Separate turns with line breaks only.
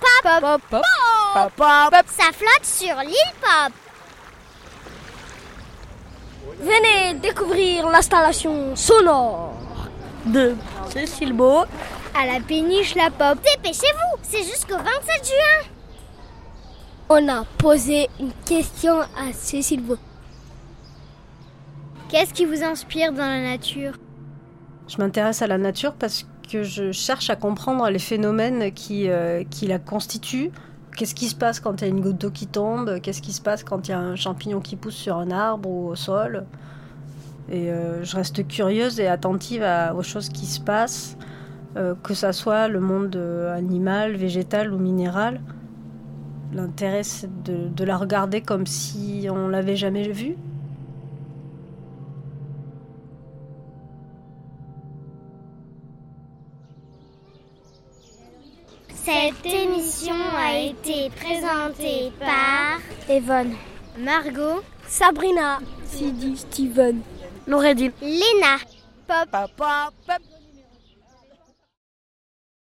pop,
Pop, pop, pop,
pop.
Ça flotte sur l'île Pop.
Venez découvrir l'installation sonore de Cécile Beau.
À la péniche la Pop. Dépêchez-vous, c'est jusqu'au 27 juin.
On a posé une question à Cécile Beau.
Qu'est-ce qui vous inspire dans la nature
Je m'intéresse à la nature parce que je cherche à comprendre les phénomènes qui, euh, qui la constituent. Qu'est-ce qui se passe quand il y a une goutte d'eau qui tombe Qu'est-ce qui se passe quand il y a un champignon qui pousse sur un arbre ou au sol Et euh, je reste curieuse et attentive à- aux choses qui se passent, euh, que ça soit le monde euh, animal, végétal ou minéral. L'intérêt, c'est de, de la regarder comme si on l'avait jamais vue.
Cette émission a été présentée par
Evan,
Margot,
Sabrina, Sidi, Steven, Noureddin.
Léna.
pop, pop, pop.